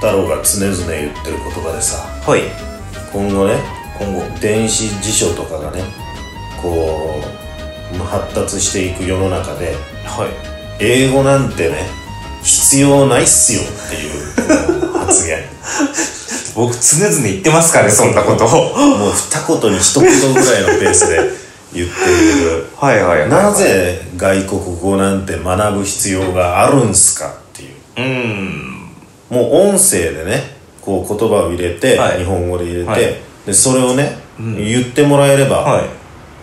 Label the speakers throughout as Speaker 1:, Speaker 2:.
Speaker 1: 太郎が常々言ってる言葉でさ
Speaker 2: はい
Speaker 1: 今後ね
Speaker 2: 今後
Speaker 1: 電子辞書とかがねこう発達していく世の中で
Speaker 2: はい
Speaker 1: 英語なんてね必要ないっすよっていう発 言
Speaker 2: 僕常々言ってますからねそんなことを
Speaker 1: もう二言に一言ぐらいのペースで言っている
Speaker 2: はいはいはい
Speaker 1: なぜ外国語なんて学ぶ必要があるんすかっていう
Speaker 2: うーん
Speaker 1: もう音声でねこう言葉を入れて、
Speaker 2: はい
Speaker 1: 日本語で入れて、
Speaker 2: はい
Speaker 1: でそれをね、言ってもらえれば、
Speaker 2: はい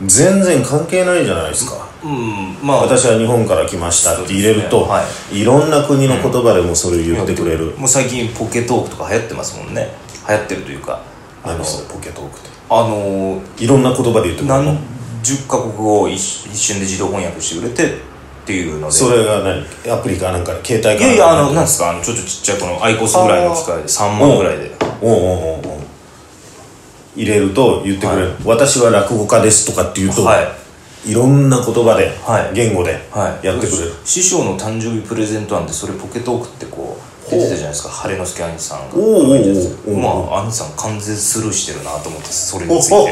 Speaker 1: 全然関係ないじゃないですか、
Speaker 2: うんまあ
Speaker 1: 私は日本から来ましたって入れる
Speaker 2: そう
Speaker 1: と、、
Speaker 2: ですねはい
Speaker 1: ろんな国の言葉でもそれを言ってくれる、
Speaker 2: もう最近ポケトークとか流行ってますもんね流行ってるというかあ
Speaker 1: 何
Speaker 2: の
Speaker 1: それポケトークって
Speaker 2: あの
Speaker 1: いろんな言葉で言ってくれる
Speaker 2: 何
Speaker 1: の
Speaker 2: 十カ国語を一一瞬で自動翻訳してくれてっていうので
Speaker 1: それが何アプリかなんかで携帯
Speaker 2: い
Speaker 1: か
Speaker 2: やいやあ
Speaker 1: な
Speaker 2: の
Speaker 1: ん
Speaker 2: なん
Speaker 1: か
Speaker 2: ですかあのちょっとちっちゃいこのアイコスぐらいの機械で3万ぐらいで
Speaker 1: おうおうおうおう入れると言ってくれる、
Speaker 2: は
Speaker 1: 私は落語家ですとかって言うと、
Speaker 2: はい
Speaker 1: い、ろんな言葉で、
Speaker 2: はい
Speaker 1: 言語で
Speaker 2: はい
Speaker 1: やってくれる、
Speaker 2: 師匠の誕生日プレゼントなんでそれポケトークってこう
Speaker 1: ほう
Speaker 2: 出てたじゃないですか晴之助兄さんが
Speaker 1: おうおうおう
Speaker 2: 出てた
Speaker 1: おうおう
Speaker 2: まあ兄さん完全スルーしてるなと思ってそれ
Speaker 1: お
Speaker 2: につい
Speaker 1: お
Speaker 2: て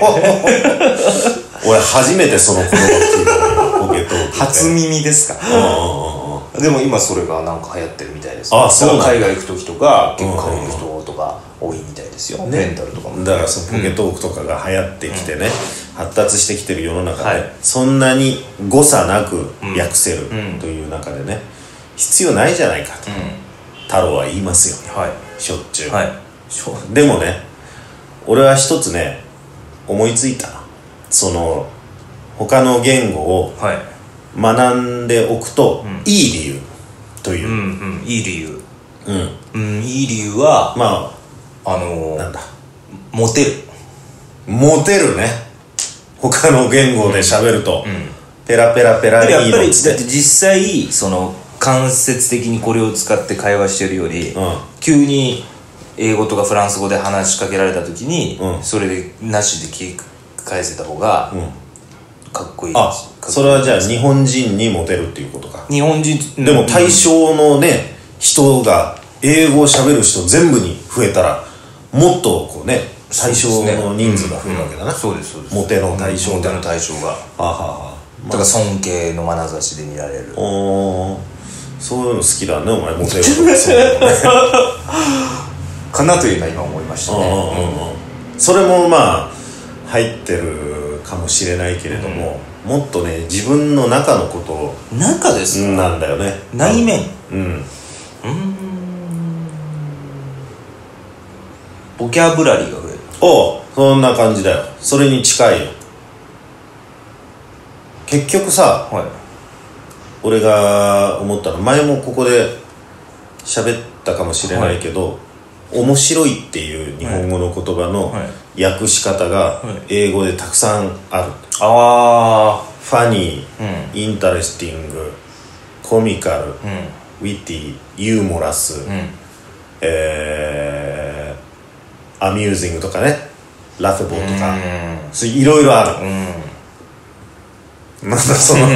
Speaker 1: 俺初めてその言葉聞いたのよポケトークって
Speaker 2: 初耳ですか
Speaker 1: うんうんうんうん
Speaker 2: でも今それがなんか流行ってるみたいです
Speaker 1: あそうなんだ
Speaker 2: 海外行く時とか結構海外行く人とか多いみたいですよ、レンタルとかも
Speaker 1: だからそのポケトークとかが流行ってきてね、発達してきてる世の中で、
Speaker 2: はい
Speaker 1: そんなに誤差なく
Speaker 2: ん
Speaker 1: 訳せる
Speaker 2: うん
Speaker 1: という中でね必要ないじゃないかと、太郎は言いますよね
Speaker 2: はい
Speaker 1: しょっちゅう、
Speaker 2: はい
Speaker 1: でもね俺は一つね思いついたその他の言語を
Speaker 2: はい
Speaker 1: 学んでおくと、いい理由という
Speaker 2: う、んうんいい理由
Speaker 1: うん、
Speaker 2: うんいい理由は
Speaker 1: ま
Speaker 2: あ
Speaker 1: あ
Speaker 2: の
Speaker 1: なん
Speaker 2: ー、
Speaker 1: だ
Speaker 2: モテる
Speaker 1: モテるね他の言語で喋ると、ペラペラペラ
Speaker 2: でもや
Speaker 1: い
Speaker 2: っ
Speaker 1: い
Speaker 2: ぱ
Speaker 1: のっ
Speaker 2: りだって
Speaker 1: つって
Speaker 2: 実際その間接的にこれを使って会話してるより、
Speaker 1: うん
Speaker 2: 急に英語とかフランス語で話しかけられた時に、
Speaker 1: うん
Speaker 2: それでなしで聞き返せた方が、かっこいい
Speaker 1: あ
Speaker 2: かっこいい
Speaker 1: それはじゃあ日本人にモテるっていうことか、
Speaker 2: 日本人
Speaker 1: でも
Speaker 2: 対
Speaker 1: 対象のね人が英語を喋る人全部に増えたらもっとこうね対象の人数が増えるわけだな、
Speaker 2: そうですそうです
Speaker 1: モテの対象
Speaker 2: モテ
Speaker 1: が、
Speaker 2: の対象が
Speaker 1: あはは
Speaker 2: だから尊敬の眼差しで見られる
Speaker 1: おーそういうの好きだねお前モテるとかそう いうのね
Speaker 2: かなというのは今思いましたね
Speaker 1: うんうんうんそれもまあ入ってるかもしれないけれども、もっとね自分の中のこ
Speaker 2: 中で
Speaker 1: と
Speaker 2: すか
Speaker 1: なんだよね
Speaker 2: 内面
Speaker 1: うん
Speaker 2: ボキャブラリーが増える
Speaker 1: おうそんな感じだよそれに近いよ結局さ
Speaker 2: はい
Speaker 1: 俺が思ったの前もここで喋ったかもしれないけど、面白いっていう日本語の言葉の
Speaker 2: は
Speaker 1: 訳し方が英語でたくさんある、
Speaker 2: あ
Speaker 1: ファニ
Speaker 2: あうん
Speaker 1: ーインタレスティングコミカル、
Speaker 2: うん
Speaker 1: ウィティユーモラス、
Speaker 2: うん
Speaker 1: えー、アミュージングとかねラフボーとか、
Speaker 2: う
Speaker 1: そういろいろある、
Speaker 2: ん
Speaker 1: なんだそのあの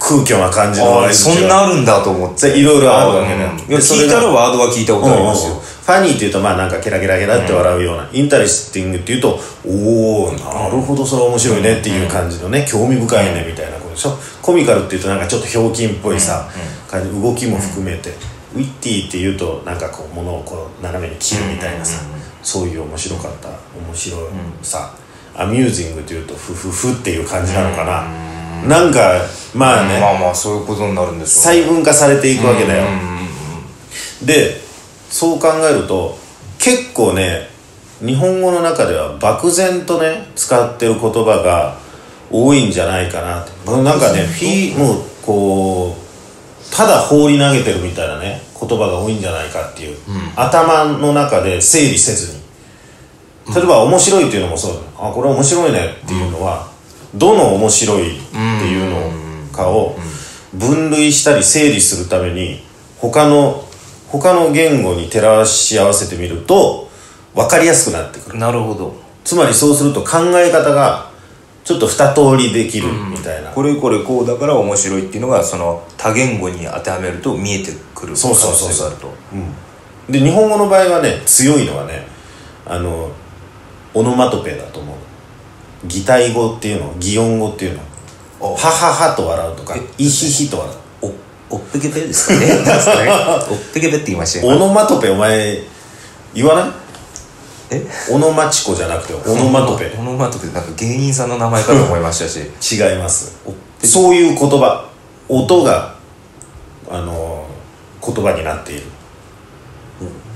Speaker 1: 空虚な感じの
Speaker 2: あーそんなあるんだと思って
Speaker 1: いろいろあるわけね
Speaker 2: うんいや聞いたらワードは聞いたことありますよ
Speaker 1: ファニーっていうとまあなんかケラケラケラって笑うような、インタレスティングっていうとおおなるほどそれは面白いねっていう感じのね興味深いねみたいなことでしょコミカルっていうとなんかちょっとひょうきんっぽいさ、感じ動きも含めて、ウィッティっていうとなんかこう物をこう斜めに切るみたいなさ、そういう面白かった面白さ、アミュージングっていうとフフフっていう感じなのかな、なんかまあね、
Speaker 2: まあまあそういうことになるんでしょう
Speaker 1: 細分化されていくわけだよ、でそう考えると結構ね日本語の中では漠然とね使ってる言葉が多いんじゃないかなとなんかねフィーもうこうただ放り投げてるみたいなね言葉が多いんじゃないかっていう、頭の中で整理せずに例えば面白いっていうのもそうだねあこれ面白いねっていうのは、どの面白いっていうのかを分類したり整理するために他の他の言語に照らし合わせてみると分かりやすくなってくる
Speaker 2: なるほど
Speaker 1: つまりそうすると考え方がちょっと二通りできるみたいな、
Speaker 2: これこれこうだから面白いっていうのがその多言語に当てはめると見えてくる可
Speaker 1: そうそう
Speaker 2: 能
Speaker 1: そう
Speaker 2: 性
Speaker 1: そ
Speaker 2: が
Speaker 1: う
Speaker 2: あると
Speaker 1: で日本語の場合はね強いのはねあのオノマトペだと思う擬態語っていうの擬音語っていうの
Speaker 2: お
Speaker 1: はははと笑うとかいひひと笑う
Speaker 2: おおっぺけぺですかね なんですかねおっぺけぺって言いましたよ
Speaker 1: オノマトペお前言わない
Speaker 2: え
Speaker 1: オノマチコじゃなくてオノマトペ
Speaker 2: オノマトペってなんか芸人さんの名前かと思いましたし
Speaker 1: 違います
Speaker 2: おっぺ
Speaker 1: そういう言葉音があの言葉になっている、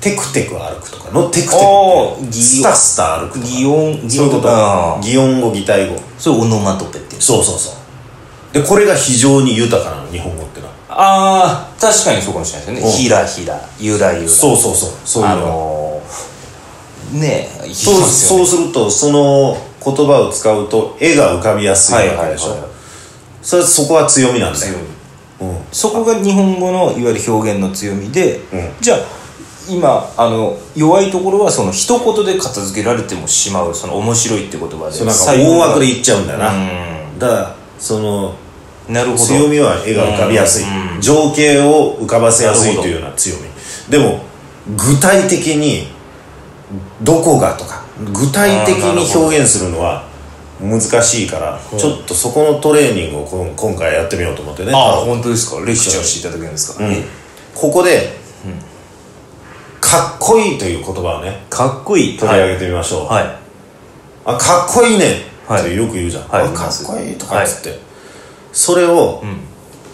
Speaker 1: テクテク歩くとかのテクテク
Speaker 2: おー擬音
Speaker 1: スタスタ歩くとか
Speaker 2: 擬音擬
Speaker 1: そういう
Speaker 2: 音
Speaker 1: こと
Speaker 2: とか
Speaker 1: 擬音語擬態語
Speaker 2: それオノマトペっていう
Speaker 1: そうそうそうでこれが非常に豊かなの日本語ってのは
Speaker 2: ああ確かにそうかもしれないで
Speaker 1: う
Speaker 2: すよ
Speaker 1: ん
Speaker 2: ねひらひらゆらゆら
Speaker 1: そうそうそうそういう
Speaker 2: あ
Speaker 1: のが
Speaker 2: のー、ねえ
Speaker 1: そう
Speaker 2: 言いますよ
Speaker 1: そう
Speaker 2: ね
Speaker 1: するとその言葉を使うと絵が浮かびやすいわ
Speaker 2: は
Speaker 1: け
Speaker 2: いはい
Speaker 1: でしょ、
Speaker 2: は
Speaker 1: それはそこは強みなん
Speaker 2: い
Speaker 1: だよ、うん、
Speaker 2: そこが日本語のいわゆる表現の強みで、
Speaker 1: うん
Speaker 2: じゃあ今あの弱いところはその一言で片付けられてもしまうその面白いって言葉
Speaker 1: そうな
Speaker 2: で
Speaker 1: んか
Speaker 2: 最後
Speaker 1: 大
Speaker 2: が
Speaker 1: 枠で言っちゃうんだよな、
Speaker 2: う
Speaker 1: だからその
Speaker 2: んなるほど
Speaker 1: 強みは絵が浮かびやすい、
Speaker 2: う
Speaker 1: 情景を浮かばせやすいというような強みでも具体的にどこがとか具体的に表現するのは難しいからちょっとそこのトレーニングをこん今回やってみようと思ってね
Speaker 2: ああ本当ですかレクチャーしていただけるんですか、え
Speaker 1: ここで、かっこいいという言葉をね
Speaker 2: かっこいい
Speaker 1: 取り上げてみましょう、
Speaker 2: はい、はい
Speaker 1: あかっこいいね
Speaker 2: はい
Speaker 1: ってよく言うじゃん、
Speaker 2: はい
Speaker 1: あ
Speaker 2: 言い
Speaker 1: か
Speaker 2: ま
Speaker 1: っ
Speaker 2: す
Speaker 1: こいいとかっつって、それを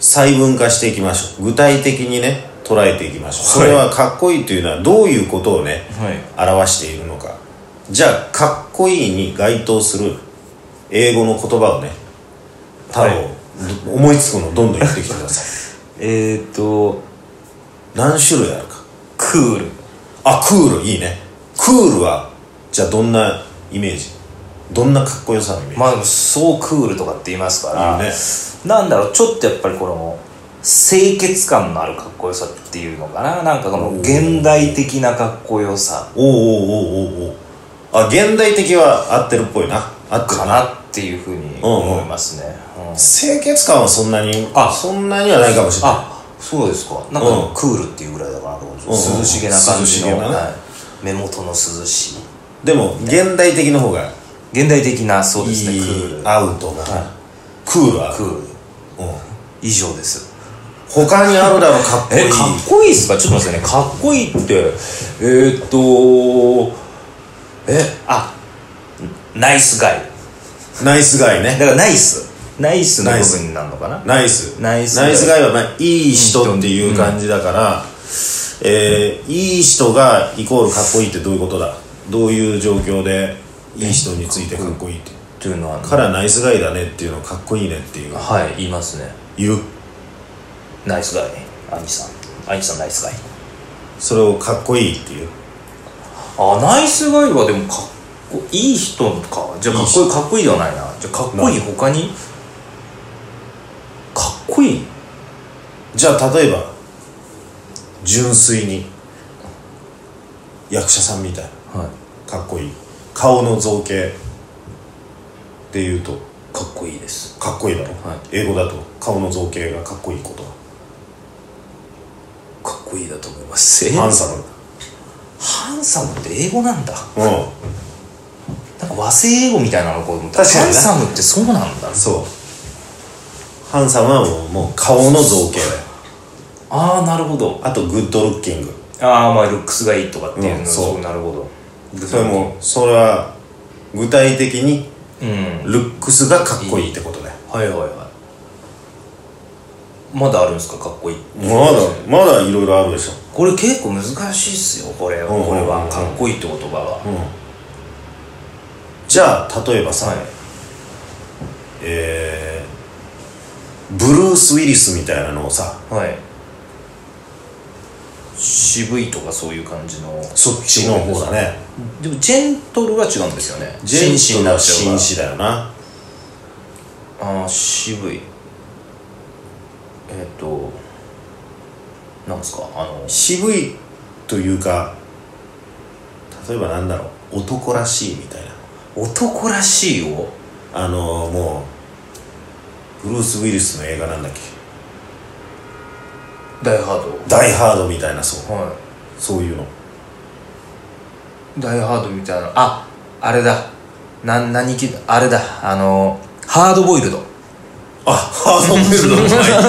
Speaker 1: 細分化していきましょう具体的にね捉えていきましょう、
Speaker 2: はい
Speaker 1: それはかっこいいというのはどういうことをね、
Speaker 2: はい
Speaker 1: 表しているのかじゃあかっこいいに該当する英語の言葉をね太郎、
Speaker 2: はい
Speaker 1: ど思いつくのどんどん言ってきてくだ さい
Speaker 2: えー、っと
Speaker 1: 何種類あるか
Speaker 2: クール
Speaker 1: あクールいいねクールはじゃあどんなイメージどんなかっこよさのイメージ、
Speaker 2: まあでもそうクールとかって言いますから、
Speaker 1: いいね
Speaker 2: なんだろうちょっとやっぱりこの清潔感のあるかっこよさっていうのかななんかこの現代的なかっこよさ
Speaker 1: おうおうおうおうおうあ現代的は合ってるっぽいな合ってる
Speaker 2: かなっていうふうに思いますね、うん
Speaker 1: 清潔感はそんなに
Speaker 2: あ
Speaker 1: そんなにはないかもしれない
Speaker 2: あそうですかなんか
Speaker 1: うん
Speaker 2: クールっていうぐらいだから、涼
Speaker 1: うん
Speaker 2: しげな感じの、
Speaker 1: 涼しげなね
Speaker 2: はい目元の涼しい
Speaker 1: でも現代的の方が
Speaker 2: 現代的なそう
Speaker 1: い
Speaker 2: ですね
Speaker 1: い
Speaker 2: クール
Speaker 1: 合うと思う、クールは
Speaker 2: クール
Speaker 1: うん、
Speaker 2: 以上です
Speaker 1: 他にあるだろうかっこいい
Speaker 2: えかっこいいですかちょっと待ってくださいねかっこいいってえー、っとえあナイスガイ
Speaker 1: ナイスガイ
Speaker 2: だ
Speaker 1: ね
Speaker 2: からナイスナイスの
Speaker 1: ナイ
Speaker 2: 部
Speaker 1: ス
Speaker 2: 分になるのかな
Speaker 1: ナイス
Speaker 2: ナイス
Speaker 1: ナイスガイは、まあ、いい人っていう感じだから、えーいい人がイコールかっこいいってどういうことだどういう状況でいい人についてかっこいいって
Speaker 2: というのは
Speaker 1: からナイスガイだねっていうのかっこいいねっていう
Speaker 2: はい言いますね
Speaker 1: 言う
Speaker 2: ナイスガイ兄さん兄さんナイスガイ
Speaker 1: それをかっこいいっていう
Speaker 2: あナイスガイはでもかっこいい人かじゃあかっこいいかっこいいではないなじゃあかっこいい他にかっこいい
Speaker 1: じゃあ例えば純粋に役者さんみたい
Speaker 2: はい
Speaker 1: かっこいい顔の造形っていうと
Speaker 2: かっこいいです
Speaker 1: かっこいいだろ、
Speaker 2: はい
Speaker 1: 英語だと顔の造形がかっこいいこと
Speaker 2: かっこいいだと思います
Speaker 1: ハンサム
Speaker 2: ハンサムって英語なんだ
Speaker 1: う
Speaker 2: なんか和製英語みたいなのかと思ったら
Speaker 1: 確かにね
Speaker 2: ハンサムってそうなんだ
Speaker 1: んそうハンサムはもうもう顔の造形だよ
Speaker 2: ああなるほど
Speaker 1: あとグッドルッキング
Speaker 2: ああまあルックスがいいとかっていう
Speaker 1: うん
Speaker 2: の
Speaker 1: そう
Speaker 2: なるほど
Speaker 1: それもそれは具体的に
Speaker 2: うん
Speaker 1: ルックスがかっこいいってことだよ
Speaker 2: はいはいはいまだあるんですかかっこいい
Speaker 1: まだまだいろいろあるでしょ
Speaker 2: これ結構難しいっすよこれ、
Speaker 1: んうんうん
Speaker 2: これはかっこいいって言葉は、
Speaker 1: じゃあ例えばさ、
Speaker 2: はい
Speaker 1: えー、ブルース・ウィリスみたいなのをさ
Speaker 2: はい渋いとかそういう感じの
Speaker 1: そっちの方だね
Speaker 2: でもジェントルは違うんですよね
Speaker 1: ジェンシーな
Speaker 2: 紳士に
Speaker 1: 紳
Speaker 2: なっち
Speaker 1: 士だよな
Speaker 2: ゃうからああ渋いえっ、となんですかあの
Speaker 1: 渋いというか例えばなんだろう男らしいみたいな
Speaker 2: 男らしいを
Speaker 1: あのもうブルース・ウィリスの映画なんだっけ
Speaker 2: ダイハー
Speaker 1: ダイ・ハードみたいなそう
Speaker 2: ドはい
Speaker 1: そういうの
Speaker 2: ダイハードみたいなああれだな何気あれだあのハードボイルド
Speaker 1: あハードボイルドの前いいんじゃない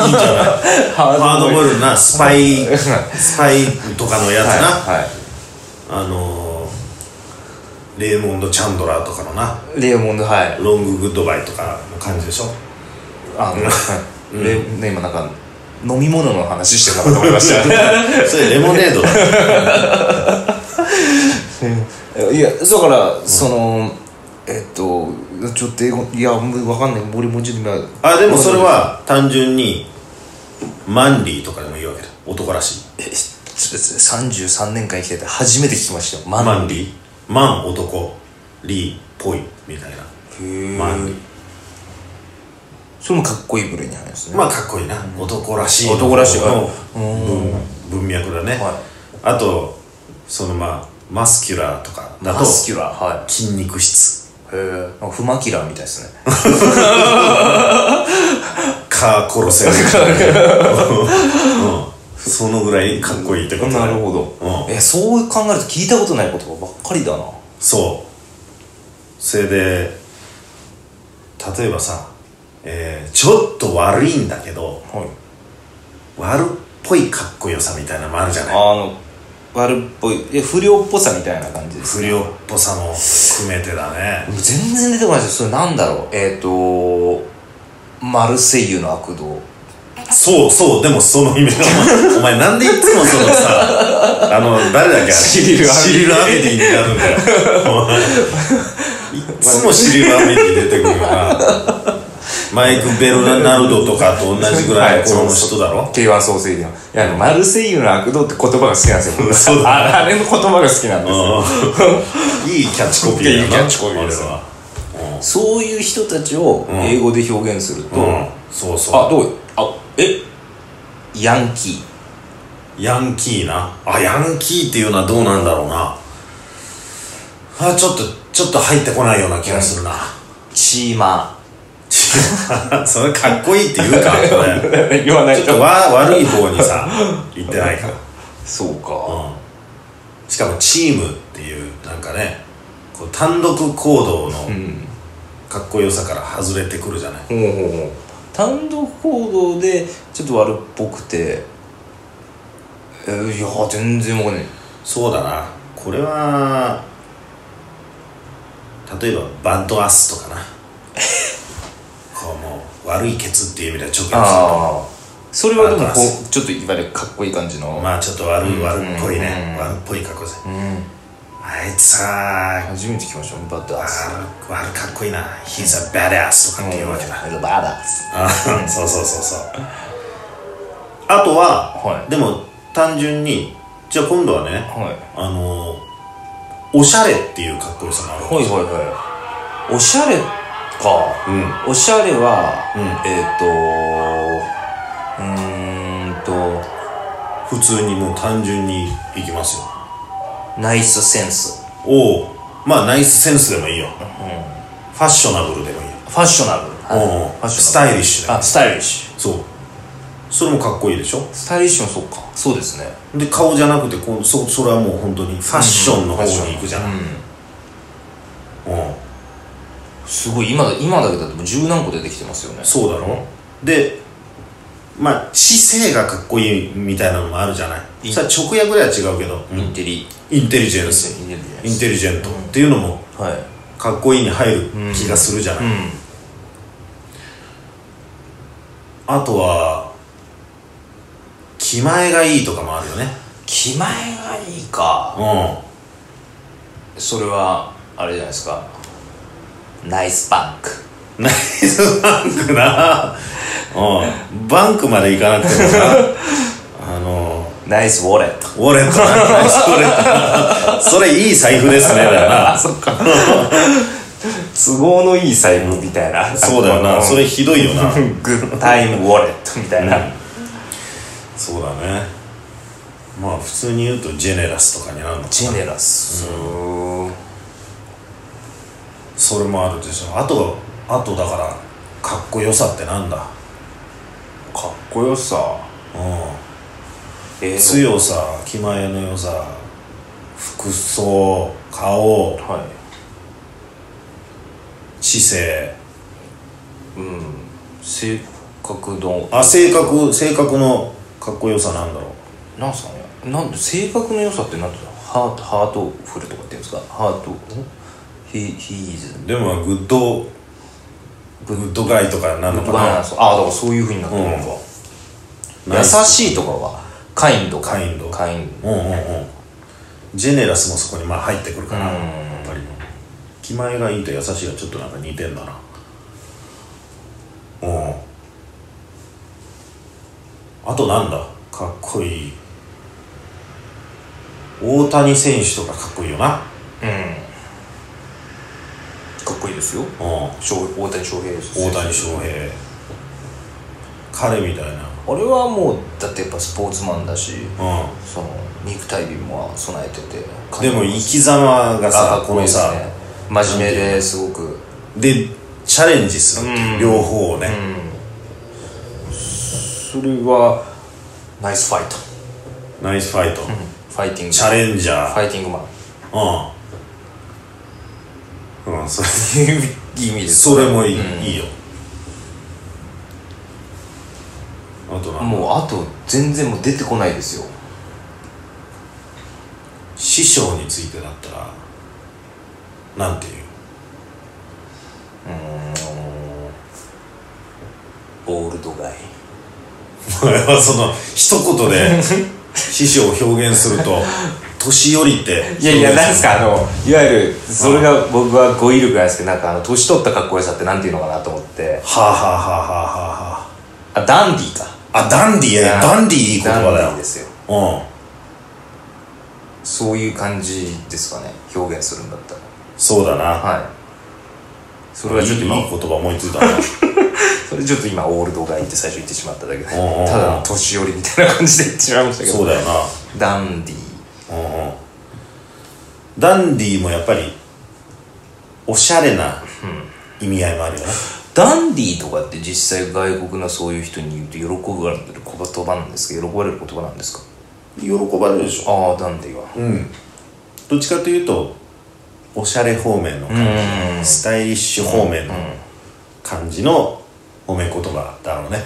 Speaker 1: ハードボイルドなスパイスパイとかのやつな、
Speaker 2: はい、は、
Speaker 1: あのーレーモンド・チャンドラーとかのない
Speaker 2: レーモンドはい
Speaker 1: ロング・グッドバイとかの感じでしょ
Speaker 2: あの、レね今なんか飲み物の話してるのかと思いましたよね
Speaker 1: それレモネードだ
Speaker 2: いやだから、そのえっとちょっと英語いやもうわかんない俺もうちょっと今
Speaker 1: あでもそれは単純にマンリーとかでもいいわけだ男らしい
Speaker 2: え33年間生きてて初めて聞きましたよマ
Speaker 1: マ
Speaker 2: ン
Speaker 1: ン
Speaker 2: リ
Speaker 1: リーマン男リーっぽいみたいな
Speaker 2: ー
Speaker 1: マン
Speaker 2: へ
Speaker 1: リ
Speaker 2: えそれもかっこいい部類に入るんです
Speaker 1: ー
Speaker 2: ね、
Speaker 1: まあかっこいいな男らしい
Speaker 2: 男らしい
Speaker 1: の
Speaker 2: う
Speaker 1: 文文脈だね
Speaker 2: はい
Speaker 1: あとそのまあマスキュラーとかだと
Speaker 2: マスキュラーはい
Speaker 1: 筋肉質
Speaker 2: へえなんかフマキラーみたいですね
Speaker 1: か殺せるうんそのぐらいかっこいいってことだ
Speaker 2: な
Speaker 1: ね
Speaker 2: るほど、
Speaker 1: うん
Speaker 2: えそう考えると聞いたことない言葉ばっかりだな
Speaker 1: そうそれで例えばさ、えーちょっと悪いんだけど
Speaker 2: はい
Speaker 1: 悪っぽいかっこよさみたいなのもあるじゃ
Speaker 2: あ
Speaker 1: ない
Speaker 2: の悪っぽいいや不良っぽさみたいな感じです
Speaker 1: 不良っぽさも含めてだね
Speaker 2: 全然出てこないですよそれなんだろうえっ、とマルセイユの悪童
Speaker 1: そうそうでもその意味だお前お前なんでいつもその さあの誰だっけあれ
Speaker 2: シリルアビディ
Speaker 1: シリルアビディになるんだよお前いつもシリルアビディ出てくるよなマイク・ベルナルドとかと同じぐらいこの人だろ
Speaker 2: K1 ソーセージのいやあのマルセイユの悪童って言葉が好きなんですよ
Speaker 1: そう
Speaker 2: ああれの言葉が好きなんですよ
Speaker 1: うんいいキャッチコピーだない
Speaker 2: いキャッチコピーです
Speaker 1: あれは
Speaker 2: そういう人たちを英語で表現すると、
Speaker 1: うんそう
Speaker 2: あ
Speaker 1: そ
Speaker 2: どうあえヤンキ
Speaker 1: うヤンキーなあヤンキーっていうのはどうなんだろうなあちょっとちょっと入ってこないような気がするな
Speaker 2: ーチーマ
Speaker 1: それかっこいいって言うかこれ
Speaker 2: ー 言わない
Speaker 1: ちょっと
Speaker 2: と
Speaker 1: わ悪い方にさ言ってないから
Speaker 2: そうか
Speaker 1: うんしかもチームっていうなんかねこう単独行動のかっこよさから外れてくるじゃない
Speaker 2: ほうほうほう単独行動でちょっと悪っぽくてえーいや全然わかんない
Speaker 1: そうだなこれは例えばバッドアスとかなこうもう悪いケツっていう意味では直撃
Speaker 2: ああそれはで
Speaker 1: あ
Speaker 2: もこ
Speaker 1: とは
Speaker 2: うちょっといわゆるかっこいい感じの、
Speaker 1: まあちょっと悪い悪っぽいね
Speaker 2: うん
Speaker 1: 悪っぽい格好で
Speaker 2: うん
Speaker 1: あいつさ
Speaker 2: 初めて聞きましたバッドアス
Speaker 1: 悪悪かっこいいな He's a badass とかっていうわけだ
Speaker 2: うんバッドアス
Speaker 1: あーそうそうそうそうあとは
Speaker 2: はい
Speaker 1: でも単純にじゃあ今度はね
Speaker 2: はい
Speaker 1: あのおしゃれっていうかっこよさもある
Speaker 2: はいはいはいおしゃれか、
Speaker 1: うん
Speaker 2: おしゃれは、
Speaker 1: うん
Speaker 2: えっ、とうーん
Speaker 1: 普通にもう単純にいきますよ
Speaker 2: とナイスセンス
Speaker 1: おおまあナイスセンスでもいいよ、ファッショナブルでもいいよ
Speaker 2: ファッショナブル
Speaker 1: おう
Speaker 2: ファッショナブル
Speaker 1: スタイリッシュでも
Speaker 2: あスタイリッシュ
Speaker 1: そうそれもかっこいいでしょ
Speaker 2: スタイリッシュもそうかそうですね
Speaker 1: で顔じゃなくてこうそそれはもう本当にファッションの方に行くじゃん、うん
Speaker 2: すごい今だ今だけだともう十何個出てきてますよね
Speaker 1: そうだろでまあ姿勢がかっこいいみたいなのもあるじゃない
Speaker 2: いい
Speaker 1: それは直訳では違うけど、
Speaker 2: インテリ
Speaker 1: インテリジェンス
Speaker 2: インテリじゃないで
Speaker 1: イン
Speaker 2: す
Speaker 1: テリジェントっていうのも
Speaker 2: はい
Speaker 1: かっこいいに入る気がするじゃない、
Speaker 2: うん
Speaker 1: あとは気前がいいとかもあるよね
Speaker 2: 気前がいいか
Speaker 1: う
Speaker 2: それはあれじゃないですかナイスバンク
Speaker 1: んナイスバンクなうんバンクまで行かなくてもさあの
Speaker 2: ナイスウォレット
Speaker 1: ウォレットなナイスウォレットなそれいい財布ですねだよな
Speaker 2: そっか 都合のいい財布みたいな、
Speaker 1: そうだよなそれひどいよな
Speaker 2: グッ タイムウォレットみたいな、
Speaker 1: そうだねまあ普通に言うとジェネラスとかになるのか
Speaker 2: ジェネラス、うん
Speaker 1: それもあるでしょあとあとだからかっこよさってなんだ
Speaker 2: かっこよさ
Speaker 1: うん
Speaker 2: えー
Speaker 1: 強さ気前の良さ服装顔
Speaker 2: は
Speaker 1: 姿勢
Speaker 2: いうん性格の
Speaker 1: あ性格性格のかっこよさなんだろう
Speaker 2: なんすかねなんで性格の良さってなんていうのハートハートフルとかって言うんですかハートヒヒーズ
Speaker 1: でもまあグッドグッドガイとかなのか
Speaker 2: バナナ
Speaker 1: な
Speaker 2: スああだからそういうふうになってるのか、
Speaker 1: ナ
Speaker 2: 優
Speaker 1: イス
Speaker 2: しいとかはカインド
Speaker 1: カインド
Speaker 2: カイン
Speaker 1: うんうんうんジェネラスもそこにまあ入ってくるかな
Speaker 2: うん
Speaker 1: やっぱり気前がいいと優しいがちょっとなんか似てんだなうんあとなんだかっこいい大谷選手とかかっこいいよな
Speaker 2: ドうんかっこいいですよ
Speaker 1: うん
Speaker 2: 翔大谷翔平です
Speaker 1: 大谷翔平彼みたいな
Speaker 2: 俺はもうだってやっぱスポーツマンだし
Speaker 1: うん
Speaker 2: その肉体美も備えてて
Speaker 1: でも生き様が
Speaker 2: あ
Speaker 1: さ
Speaker 2: かっ
Speaker 1: こ
Speaker 2: こいい
Speaker 1: の
Speaker 2: です
Speaker 1: さ
Speaker 2: ね真面目ですごく
Speaker 1: でチャレンジするっていう
Speaker 2: うん
Speaker 1: 両方をね
Speaker 2: それはナイスファイト
Speaker 1: ナイスファイト
Speaker 2: ファイティング
Speaker 1: チャレンジャ
Speaker 2: フ
Speaker 1: ー
Speaker 2: ァイティングマン
Speaker 1: うんうんそれ
Speaker 2: いい意味です
Speaker 1: それもいい,、
Speaker 2: うん
Speaker 1: いいよあとな
Speaker 2: もうあと全然もう出てこないですよ
Speaker 1: 師匠についてだったらなんていう
Speaker 2: オールドガイ
Speaker 1: これはその一言 で師匠を表現すると年寄りって
Speaker 2: いやいや、なんですか、あの、いわゆる、それが僕は語彙力なんですけど、なんか、あの、年取ったかっこよさってなんていうのかなと思って、
Speaker 1: はあ、はあはあはあはあ
Speaker 2: あ、ダンディーか。
Speaker 1: あダンディーやダンディーいい言葉だ
Speaker 2: ダ
Speaker 1: よ
Speaker 2: ンディーですよ。
Speaker 1: うん
Speaker 2: そういう感じですかね、表現するんだった
Speaker 1: そうだな
Speaker 2: ら。はい。それはちょっと今
Speaker 1: いい、言葉思いつい たな
Speaker 2: それちょっと今、オールドガイって最初言ってしまっただけで、た
Speaker 1: んうんうん
Speaker 2: だの年寄りみたいな感じで言ってしまいましたけ
Speaker 1: そ
Speaker 2: ど
Speaker 1: う、だよな
Speaker 2: ダンディー。
Speaker 1: うんうんダンディーもやっぱりおしゃれな意味合いもあるよね
Speaker 2: ダンディーとかって実際外国のそういう人に言うと喜ばれる言葉なんですか喜ばれる言葉なんですか
Speaker 1: 喜ばれるでしょ
Speaker 2: ああ、ダンディーは。
Speaker 1: うんどっちかというとおしゃれ方面の感
Speaker 2: うん
Speaker 1: じスタイリッシュ方面の感じの褒め言葉だろうね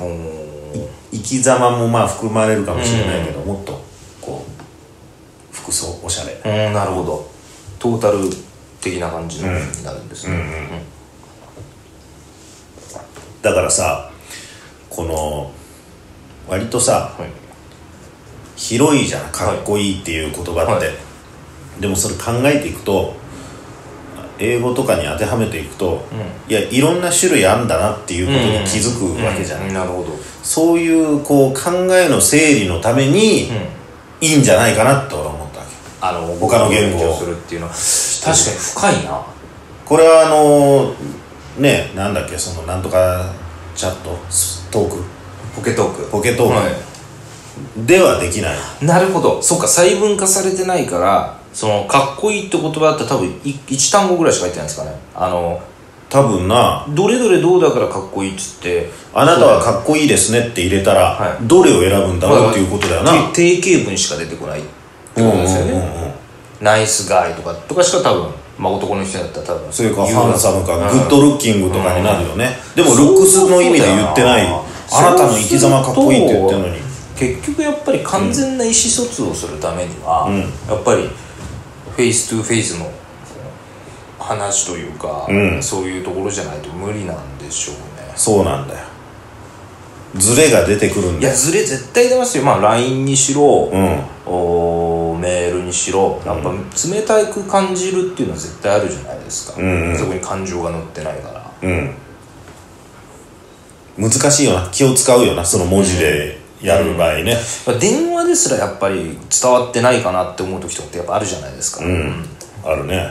Speaker 2: おー
Speaker 1: 生き様もまあ含まれるかもしれないけどもっとこう服装おしゃれ
Speaker 2: うんなるほどトータル的な感じのになるんですね、
Speaker 1: だからさこの割とさ
Speaker 2: はい、
Speaker 1: 広いじゃんかっこいいっていう言葉って、
Speaker 2: はい
Speaker 1: でもそれ考えていくと英語とかに当てはめていくと、いやいろんな種類あんだなっていうことに気づくわけじゃん、
Speaker 2: なるほど、
Speaker 1: そういうこう考えの整理のために、いいんじゃないかなと俺は思ったわけ
Speaker 2: あの
Speaker 1: 他の言語を
Speaker 2: 勉強するっていうのは確かに深いな
Speaker 1: これはあのーねなんだっけそのなんとかチャットストーク
Speaker 2: ポケトーク
Speaker 1: ポケトーク、
Speaker 2: は
Speaker 1: ではできない
Speaker 2: い、なるほどそっか細分化されてないからそのかっこいいって言葉だったら多分い一単語ぐらいしか入ってないんですかねあの
Speaker 1: 多分な
Speaker 2: どれどれどうだからかっこいいっつって
Speaker 1: あなたはかっこいいですねって入れたら、
Speaker 2: はい
Speaker 1: どれを選ぶんだろうっていうことだよな、
Speaker 2: て定型文しか出てこないってこ
Speaker 1: うん
Speaker 2: と
Speaker 1: うん
Speaker 2: ですよね、
Speaker 1: うんうん
Speaker 2: ナイスガイとかとかしか多分、まあ、男の人だったら多分
Speaker 1: それか
Speaker 2: 言う
Speaker 1: ハンサムか
Speaker 2: うん
Speaker 1: グッドルッキングとかになるよね、でもルックスの意味で言ってないあなたの生き様かっこいいって言ってるのに
Speaker 2: 結局やっぱり完全な意思疎通をするためには、やっぱりフェイストゥフェイスの話というか、
Speaker 1: ん
Speaker 2: そういうところじゃないと無理なんでしょうね
Speaker 1: そうなんだよズレが出てくるん
Speaker 2: い
Speaker 1: だ
Speaker 2: や
Speaker 1: よ
Speaker 2: ズレ絶対出ますよまあ LINE にしろ、
Speaker 1: うん
Speaker 2: おーメールにしろやっぱ冷たく感じるっていうのは絶対あるじゃないですか、
Speaker 1: んうん
Speaker 2: そこに感情が乗ってないから
Speaker 1: うん難しいよな気を使うよなその文字でやる場合ね
Speaker 2: まあ電話ですらやっぱり伝わってないかなって思う時とかってやっぱあるじゃないですか、
Speaker 1: うん、あるね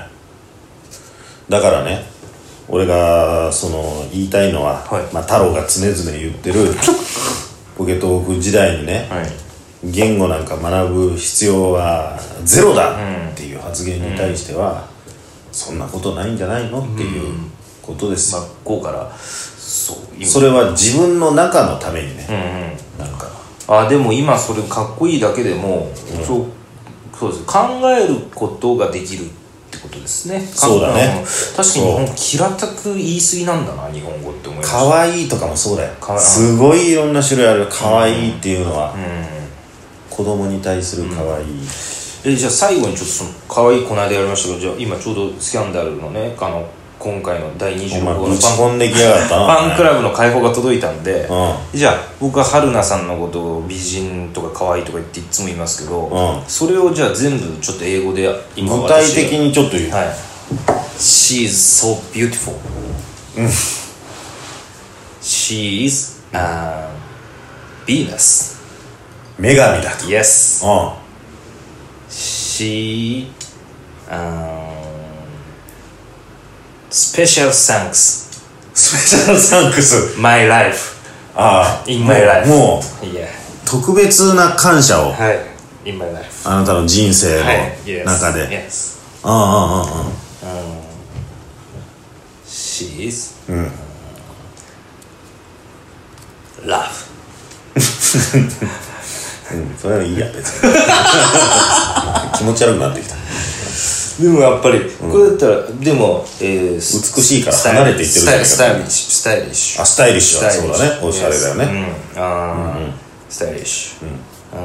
Speaker 1: だからね俺がその言いたいのは、
Speaker 2: はい
Speaker 1: まあ、太郎が常々言って るポケトーク時代にね、
Speaker 2: はい
Speaker 1: 言語なんか学ぶ必要はゼロだっていう発言に対しては、そんなことないんじゃないのっていうことです、
Speaker 2: 真っ向からそう今
Speaker 1: それは自分の中のためにね、
Speaker 2: うんうん
Speaker 1: なんか
Speaker 2: あでも今それかっこいいだけでも、そうそうです考えることができるってことですね
Speaker 1: そうだね
Speaker 2: かっこいいもの確かに日本平たく言い過ぎなんだな日本語って思いました
Speaker 1: 可愛いとかもそうだよ
Speaker 2: かわいい
Speaker 1: すごいいろんな種類ある可愛いっていうのは、
Speaker 2: うん
Speaker 1: 子供に対する可愛い、
Speaker 2: えじゃあ最後にちょっとその可愛いこの間やりましたけどじゃあ今ちょうどスキャンダルのねあの今回の第
Speaker 1: お
Speaker 2: 26
Speaker 1: 前
Speaker 2: 号
Speaker 1: ぶ
Speaker 2: の
Speaker 1: ち
Speaker 2: ファン
Speaker 1: 込んできやがったな
Speaker 2: ファンクラブの解放が届いたんで、
Speaker 1: うん
Speaker 2: じゃあ僕は春菜さんのことを美人とか可愛いとか言っていつも言いますけど、
Speaker 1: うん
Speaker 2: それをじゃあ全部ちょっと英語で今
Speaker 1: 具体的
Speaker 2: に
Speaker 1: にちょっと言う、
Speaker 2: はい「She is so beautiful」She is、uh, Venus
Speaker 1: 女神だと
Speaker 2: Yes
Speaker 1: うん
Speaker 2: she um, special thanks
Speaker 1: スペシャルサンクス
Speaker 2: my life
Speaker 1: ああ
Speaker 2: in my life
Speaker 1: もう
Speaker 2: yeah
Speaker 1: 特別な感謝を
Speaker 2: はい in my life
Speaker 1: あなたの人生の
Speaker 2: yes
Speaker 1: 中で、
Speaker 2: yes
Speaker 1: うんうんうんうん
Speaker 2: she is、love
Speaker 1: うんそれはいいや別に 気持ち悪くなってきた
Speaker 2: でもやっぱり、これだったらでも、えー、美
Speaker 1: 美しいから離れていってるじゃないか
Speaker 2: スタイリッシュスタイリッシュ
Speaker 1: あスタイリッシュだ
Speaker 2: スタイ
Speaker 1: そ
Speaker 2: リ
Speaker 1: う
Speaker 2: ッシュ
Speaker 1: だねおしゃれだよね、
Speaker 2: うんあースタイリッシュ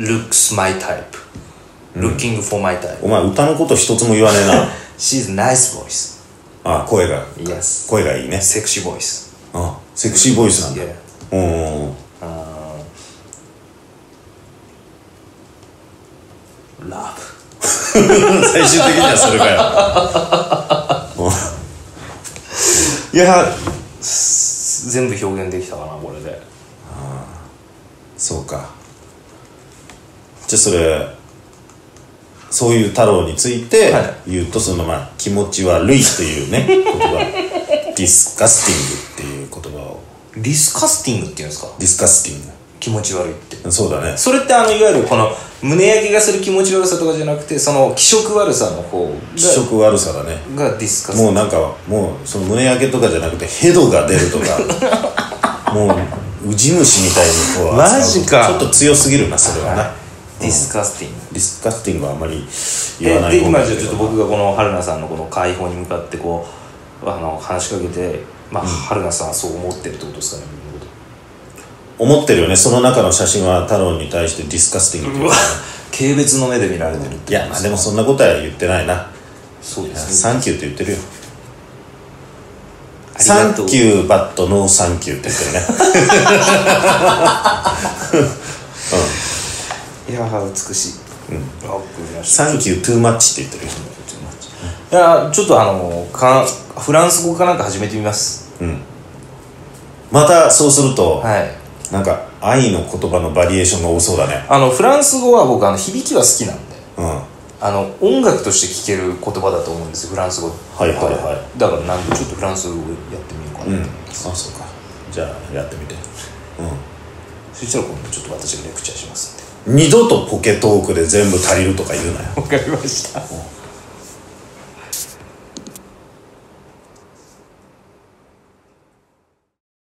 Speaker 2: うーん looks my type looking for my type
Speaker 1: お前歌のこと一つも言わねえな
Speaker 2: she's nice voice
Speaker 1: あ声が
Speaker 2: yes
Speaker 1: 声がいいね
Speaker 2: sexy voice
Speaker 1: あセクシーボイスなんだ
Speaker 2: yeah
Speaker 1: うんうん
Speaker 2: love
Speaker 1: 最終的にはそれかよ うんいや
Speaker 2: 全部表現できたかなこれで
Speaker 1: そうかじゃあそれそういう太郎について
Speaker 2: は
Speaker 1: 言うと、そのまあ気持ち悪いというね 言葉ディスカスティングっていう言葉を
Speaker 2: ディスカスティングっていうんですか
Speaker 1: ディスカスティン
Speaker 2: 気持ち悪いって
Speaker 1: グそうだね
Speaker 2: それってあのいわゆるこの胸焼けがする気持ち悪さとかじゃなくてその気色悪さの方が
Speaker 1: 気色悪さだね
Speaker 2: がディスカス
Speaker 1: もうなんかもうその胸焼けとかじゃなくてヘドが出るとか もうウジ虫みたいにこう扱う
Speaker 2: マジか
Speaker 1: ちょっと強すぎるなそれはな、
Speaker 2: ディスカスティング
Speaker 1: ディスカスティングはあんまり言わ
Speaker 2: で
Speaker 1: ない
Speaker 2: で
Speaker 1: 方が
Speaker 2: 今
Speaker 1: いい
Speaker 2: じゃあ
Speaker 1: け
Speaker 2: ちょ
Speaker 1: ど
Speaker 2: っと僕がこの春菜さんのこの解放に向かってこうあの話しかけて、まあ春菜さんはそう思ってるってことですかね僕のこ
Speaker 1: 思ってるよねその中の写真は太郎に対してディスカスティングっていう
Speaker 2: とうわ 軽蔑の目で見られてるって
Speaker 1: いやまあでもそんなことは言ってないな
Speaker 2: そうですね
Speaker 1: サンキューって言ってるよ
Speaker 2: あり
Speaker 1: サ
Speaker 2: が
Speaker 1: ン
Speaker 2: とう
Speaker 1: キューバットノーサンキューって言ってるね
Speaker 2: いやー美しい、うん、あわかりました
Speaker 1: サンキュートゥーマッチって言ってる
Speaker 2: いやーちょっとあのかフランス語かなんか始めてみます
Speaker 1: またそうすると、
Speaker 2: はい
Speaker 1: なんか愛の言葉のバリエーションが多そうだね
Speaker 2: あのフランス語は僕あの響きは好きなんで
Speaker 1: うん
Speaker 2: あの音楽として聴ける言葉だと思うんですよフランス語
Speaker 1: はいはいは
Speaker 2: だからなんでちょっとフランス語やってみようかなと、
Speaker 1: うんあそうかじゃあやってみて
Speaker 2: そしたら今度ちょっと私がレクチャーしますんで
Speaker 1: 二度とポケトークで全部足りるとか言うなよ
Speaker 2: わかりました。